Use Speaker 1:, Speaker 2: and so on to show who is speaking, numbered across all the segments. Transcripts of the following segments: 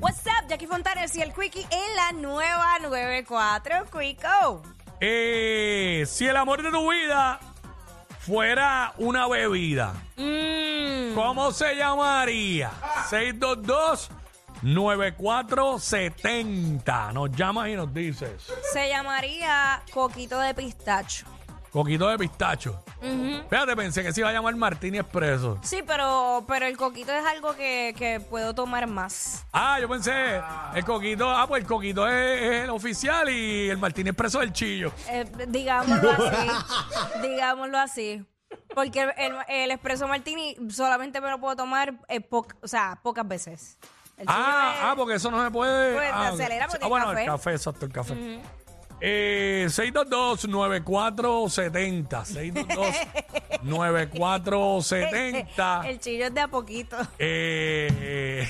Speaker 1: What's up, Jackie Fontanes y el Quickie en la nueva 94 Quico.
Speaker 2: Eh, si el amor de tu vida fuera una bebida,
Speaker 1: Mm,
Speaker 2: ¿cómo se llamaría? 622-9470. Nos llamas y nos dices.
Speaker 1: Se llamaría Coquito de Pistacho.
Speaker 2: Coquito de pistacho. Espérate, pensé que se iba a llamar Martini Expreso.
Speaker 1: Sí, pero, pero el coquito es algo que, que puedo tomar más.
Speaker 2: Ah, yo pensé, el coquito, ah, pues el coquito es, es el oficial y el Martini Expreso es el chillo.
Speaker 1: Eh, digámoslo así. digámoslo así. Porque el, el, el espresso martini solamente me lo puedo tomar eh, po- o sea, pocas veces. El
Speaker 2: Ah,
Speaker 1: chillo
Speaker 2: ah,
Speaker 1: es-
Speaker 2: porque eso no se puede.
Speaker 1: Pues,
Speaker 2: ah,
Speaker 1: acelera, porque tiene
Speaker 2: ah, bueno,
Speaker 1: café.
Speaker 2: el café, exacto, el café. Eh, 622-9470. 622-9470.
Speaker 1: el chillo es de a poquito.
Speaker 2: eh,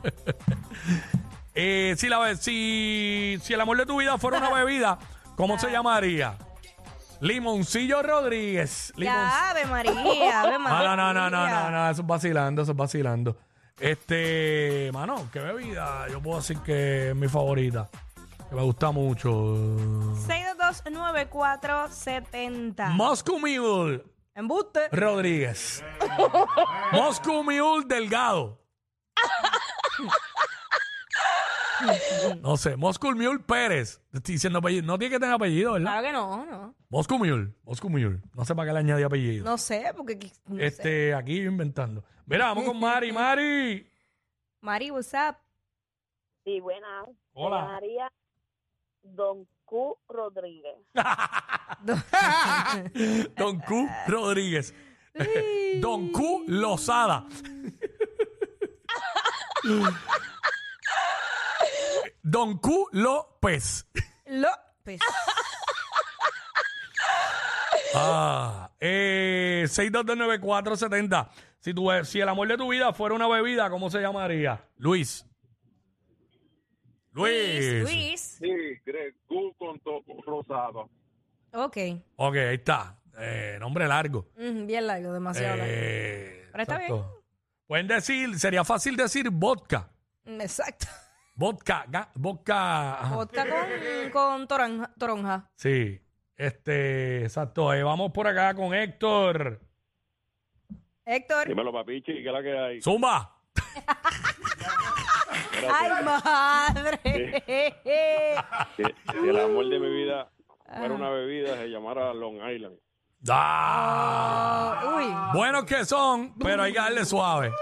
Speaker 2: eh, si, la, si, si el amor de tu vida fuera una bebida, ¿cómo se llamaría? Limoncillo Rodríguez. Limon-
Speaker 1: Ya, Ave María, Ave María.
Speaker 2: Ah, no, no, no, no, no, no, eso es vacilando, eso es vacilando. Este, mano, qué bebida. Yo puedo decir que es mi favorita. Que me gusta mucho.
Speaker 1: 6229470.
Speaker 2: Moscow Mule
Speaker 1: Embuste.
Speaker 2: Rodríguez. Moscow Mule Delgado. No sé, Moscow Mule Pérez. Te Estoy diciendo apellido. No tiene que tener apellido, ¿verdad?
Speaker 1: Claro que no, no.
Speaker 2: Moscow Mule. Moscow Mule. No sé para qué le añadí apellido.
Speaker 1: No sé, porque. qui- no sé.
Speaker 2: este, aquí yo inventando. Mira, vamos con Mari. Mari.
Speaker 1: Mari, what's up?
Speaker 3: Sí, buena.
Speaker 2: Hola.
Speaker 3: Se llamaría Don Q Rodríguez.
Speaker 2: Don Q Rodríguez. Don Q Lozada. Don Q López.
Speaker 1: López.
Speaker 2: Ah, eh, 6229470. Si, tu, si el amor de tu vida fuera una bebida, ¿cómo se llamaría? Luis. Luis.
Speaker 1: Luis.
Speaker 4: Sí, Gregú con to- rosado.
Speaker 1: Ok.
Speaker 2: Ok, ahí está. Eh, nombre largo.
Speaker 1: Mm, bien largo, demasiado
Speaker 2: Eh,
Speaker 1: Pero está
Speaker 2: exacto. Pueden decir, sería fácil decir vodka.
Speaker 1: largo. Mm, Exacto.
Speaker 2: Vodka, ga- vodka. ajá.
Speaker 1: Vodka con, con toronja. toronja.
Speaker 2: Sí, este, exacto. Eh, vamos por acá con Héctor.
Speaker 1: Héctor.
Speaker 4: Dímelo, papichi, ¿qué es la que hay?
Speaker 2: Zumba.
Speaker 1: ¡Ay, madre!
Speaker 4: Si, si el amor de mi vida fuera una bebida, se llamara Long Island.
Speaker 2: Ah.
Speaker 1: Uy.
Speaker 2: Buenos que son, pero hay que darle suave.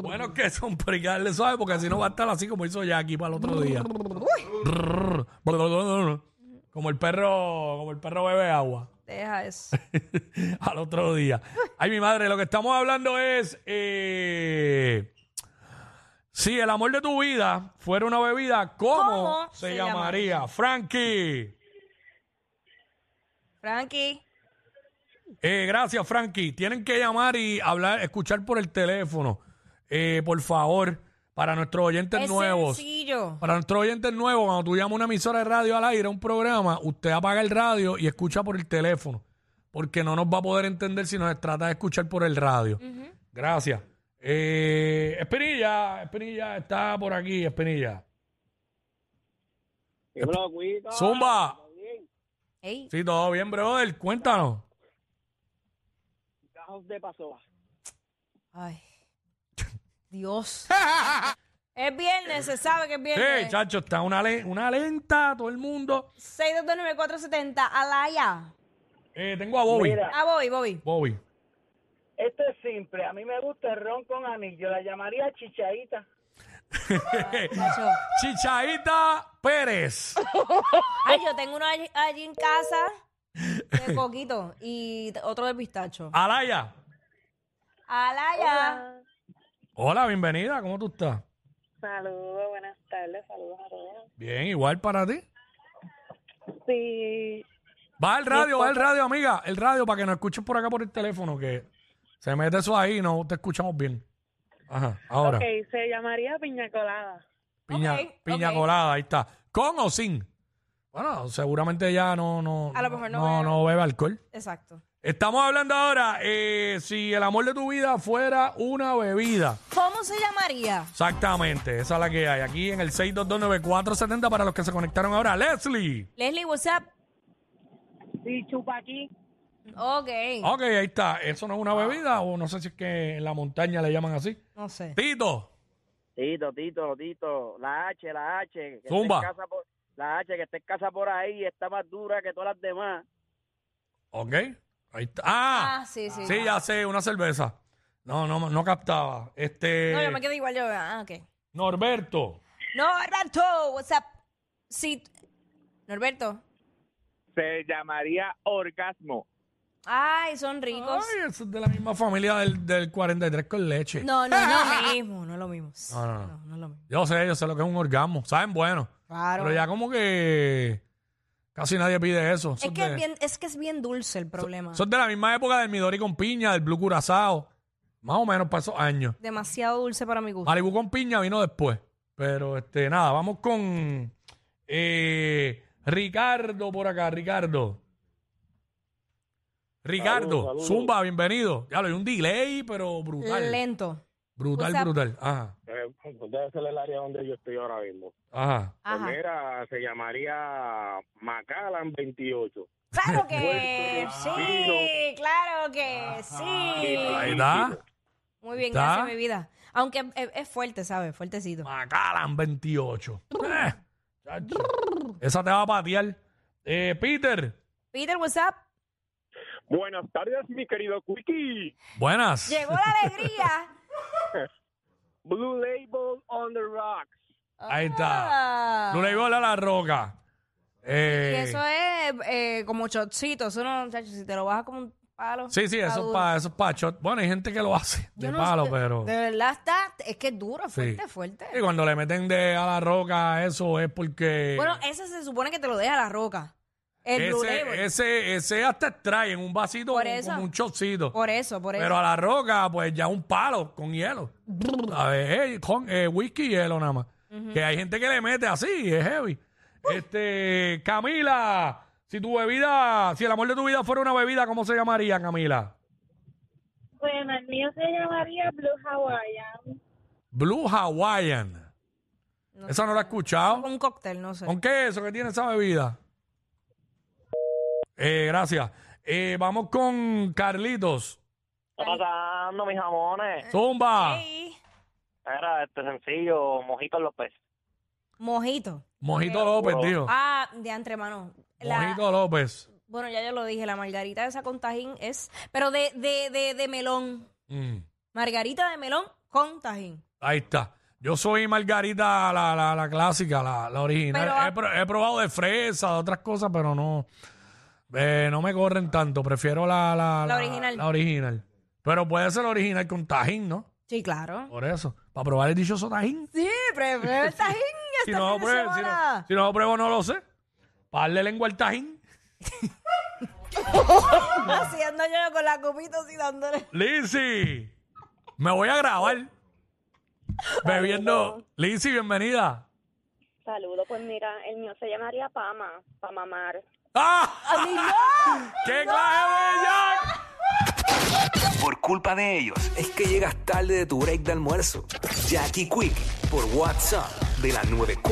Speaker 2: Buenos que son, pero hay que darle suave porque si no va a estar así como hizo Jackie para el otro día. Como el perro, como el perro bebe agua.
Speaker 1: Deja eso.
Speaker 2: al otro día. Ay, mi madre, lo que estamos hablando es. eh, si el amor de tu vida fuera una bebida, ¿cómo,
Speaker 1: ¿Cómo
Speaker 2: se,
Speaker 1: se
Speaker 2: llamaría? Frankie.
Speaker 1: Frankie.
Speaker 2: Eh, gracias, Frankie. Tienen que llamar y hablar, escuchar por el teléfono. Eh, por favor, para nuestros oyentes
Speaker 1: Es
Speaker 2: nuevos.
Speaker 1: sencillo.
Speaker 2: Para nuestros oyentes nuevos, cuando tú llamas a una emisora de radio al aire, a un programa, usted apaga el radio y escucha por el teléfono, porque no nos va a poder entender si nos trata de escuchar por el radio. Gracias. Eh, Espinilla, Espinilla está por aquí, Espinilla.
Speaker 4: Dímelo, Guita.
Speaker 2: Zumba.
Speaker 1: Ey.
Speaker 2: Sí, todo bien, brother. Cuéntanos.
Speaker 3: Cajos de Pasoa.
Speaker 1: Ay. Dios. es viernes, se sabe que es
Speaker 2: Sí,
Speaker 1: viernes.
Speaker 2: chacho, está una, le- una lenta, todo el mundo.
Speaker 1: 6229470, Alaya.
Speaker 2: Eh, tengo a Bobby.
Speaker 1: Ah, Bobby, Bobby.
Speaker 2: Bobby.
Speaker 5: Esto es simple. A mí me gusta el ron con anillo. La llamaría chichaita.
Speaker 1: Chacho.
Speaker 2: Chichaita Pérez.
Speaker 1: Ay, yo tengo uno allí, allí en
Speaker 2: Ah.
Speaker 1: casa de coquito y t- otro de pistacho.
Speaker 2: Alaya.
Speaker 1: Alaya.
Speaker 3: Hola.
Speaker 2: Hola, bienvenida, ¿cómo tú estás?
Speaker 3: Saludos, buenas tardes, saludos a todos.
Speaker 2: Bien, igual para ti.
Speaker 3: Sí,
Speaker 2: Va al radio, va al radio, amiga, el radio para que nos escuches por acá por el teléfono, que se mete eso ahí y no te escuchamos bien. Ajá, ahora.
Speaker 3: ok, se llamaría piña colada.
Speaker 2: Piña,
Speaker 1: Ok,
Speaker 2: piña
Speaker 1: ok.
Speaker 2: colada, ahí está. ¿Con o sin? Bueno, seguramente ya no, no,
Speaker 1: A lo mejor no
Speaker 2: no,
Speaker 1: bebe.
Speaker 2: no bebe alcohol.
Speaker 1: Exacto.
Speaker 2: Estamos hablando ahora, eh, si el amor de tu vida fuera una bebida.
Speaker 1: ¿Cómo se llamaría?
Speaker 2: Exactamente, esa es la que hay. Aquí en el 6229470 para los que se conectaron ahora. Leslie.
Speaker 1: Leslie, what's up?
Speaker 3: Sí, chupa aquí.
Speaker 1: Ok.
Speaker 2: Ok, ahí está. Eso no es una bebida o no sé si es que en la montaña le llaman así.
Speaker 1: No sé.
Speaker 2: Tito.
Speaker 6: Tito, Tito, Tito, la H, la H. que esté
Speaker 2: Zumba.
Speaker 6: en casa por- la H que está en casa por ahí está más dura que todas las demás.
Speaker 2: Ok, ahí está. Ah,
Speaker 1: Ah, sí, sí.
Speaker 2: sí, ya sé, una cerveza. No, no, no captaba. Este,
Speaker 1: No, yo me quedo igual yo. Ah, ok.
Speaker 2: Norberto.
Speaker 1: Norberto, what's up? Sí. Norberto.
Speaker 7: se llamaría orgasmo.
Speaker 1: Ay, son ricos.
Speaker 2: Ay, eso es de la misma familia del, del 43 con leche.
Speaker 1: No, no, no lo mismo, no es lo mismo.
Speaker 2: No, no, no.
Speaker 1: no es lo mismo.
Speaker 2: Yo sé, yo sé lo que es un orgasmo. Saben, bueno.
Speaker 1: Claro.
Speaker 2: Pero ya como que casi nadie pide eso. Eso
Speaker 1: Es que,
Speaker 2: de,
Speaker 1: es bien, es que es bien dulce el problema.
Speaker 2: eso es de la misma época del Midori con piña, del Blue Curazao. Más o menos para esos años.
Speaker 1: Demasiado dulce para mi gusto.
Speaker 2: Malibu con piña vino después. Pero este, nada, vamos con eh, Ricardo por acá, Ricardo. Ricardo,
Speaker 4: Saludos, saludos.
Speaker 2: Zumba, bienvenido. Ya lo hay un delay, pero brutal.
Speaker 1: Lento.
Speaker 2: brutal,
Speaker 1: WhatsApp.
Speaker 2: brutal. Ajá,
Speaker 7: Eh, Debe ser el área donde yo estoy ahora mismo.
Speaker 2: ajá.
Speaker 1: Ajá.
Speaker 7: Mira, se llamaría Macallan 28.
Speaker 1: Claro que sí, claro que
Speaker 2: Ahí
Speaker 1: sí.
Speaker 2: está.
Speaker 1: Muy bien,
Speaker 2: Está.
Speaker 1: gracias mi vida. Aunque es, es fuerte, ¿sabes? Fuertecito.
Speaker 2: Macallan 28. Eh, chacho. Esa te va a patear. Eh, Peter,
Speaker 1: Peter, what's up?
Speaker 7: Buenas tardes, mi querido Quickie.
Speaker 2: buenas.
Speaker 1: Llegó la alegría.
Speaker 7: Blue Label on the Rocks.
Speaker 2: Ahí está.
Speaker 1: Ah.
Speaker 2: Lula y bola a la roca.
Speaker 1: Y
Speaker 2: Eh,
Speaker 1: eso es eh, como chocito. Eso no, muchachos, si te lo bajas como un palo.
Speaker 2: Sí, sí,
Speaker 1: está
Speaker 2: eso es
Speaker 1: duro.
Speaker 2: para eso es pa' shot. Bueno, hay gente que lo hace de
Speaker 1: Yo no
Speaker 2: palo,
Speaker 1: sé,
Speaker 2: pero.
Speaker 1: De verdad está. Es que es duro,
Speaker 2: Sí.
Speaker 1: fuerte, fuerte.
Speaker 2: Y cuando le meten de a la roca, eso es porque.
Speaker 1: Bueno, ese se supone que te lo deja la roca. El Blue Label.
Speaker 2: Eh. ese, ese, ese hasta extrae en un vasito
Speaker 1: Por
Speaker 2: con-
Speaker 1: eso.
Speaker 2: como un chocito.
Speaker 1: Por eso, por eso.
Speaker 2: Pero a la roca, pues ya un palo con hielo. A ver, eh, con eh, whisky y hielo nada más. Que hay gente que le mete así, es heavy. Este, Camila, si tu bebida, si el amor de tu vida fuera una bebida, ¿cómo se llamaría, Camila?
Speaker 3: Bueno, el mío se llamaría Blue Hawaiian.
Speaker 2: Blue Hawaiian.
Speaker 1: No
Speaker 2: Esa no la he escuchado.
Speaker 1: Un cóctel, no sé.
Speaker 2: ¿Con qué es eso que tiene esa bebida? Eh, gracias. Eh, vamos con Carlitos.
Speaker 6: ¿Qué está pasando, mis jamones?
Speaker 2: Zumba.
Speaker 1: Ey,
Speaker 6: Era este sencillo, mojito en los peces.
Speaker 1: Mojito.
Speaker 2: Mojito López, tío.
Speaker 1: Ah, de antemano. La-
Speaker 2: Mojito López.
Speaker 1: Bueno, ya yo lo dije, la margarita esa con tajín es. Pero de, de, de, de melón.
Speaker 2: Mm,
Speaker 1: Margarita de melón con tajín.
Speaker 2: ahí está. Yo soy Margarita, la, la- la clásica, la, la original.
Speaker 1: Pero-
Speaker 2: he, pro- he probado de fresa, de otras cosas, pero no. eh, no me corren tanto. Prefiero la, la,
Speaker 1: La original.
Speaker 2: la original. Pero puede ser la original con tajín, ¿no?
Speaker 1: Sí, claro.
Speaker 2: Por eso. Para probar el dichoso tajín.
Speaker 1: Sí, prefiero el tajín.
Speaker 2: si
Speaker 1: esta
Speaker 2: no lo
Speaker 1: fin de
Speaker 2: pruebo, si
Speaker 1: semana.
Speaker 2: no, si no lo pruebo, no lo sé. Parle lengua al tajín.
Speaker 1: Haciendo yo con la copita así dándole.
Speaker 2: Lizzy, me voy a grabar. Bebiendo. Lizzy, bienvenida.
Speaker 3: Saludos, pues mira, el mío se llamaría Pama, para mamar.
Speaker 2: ¡Ah!
Speaker 1: ¡A mí no!
Speaker 2: ¡Qué clase de Jack!
Speaker 8: Por culpa de ellos es que llegas tarde de tu break de almuerzo. Jackie Quick por WhatsApp de la 94.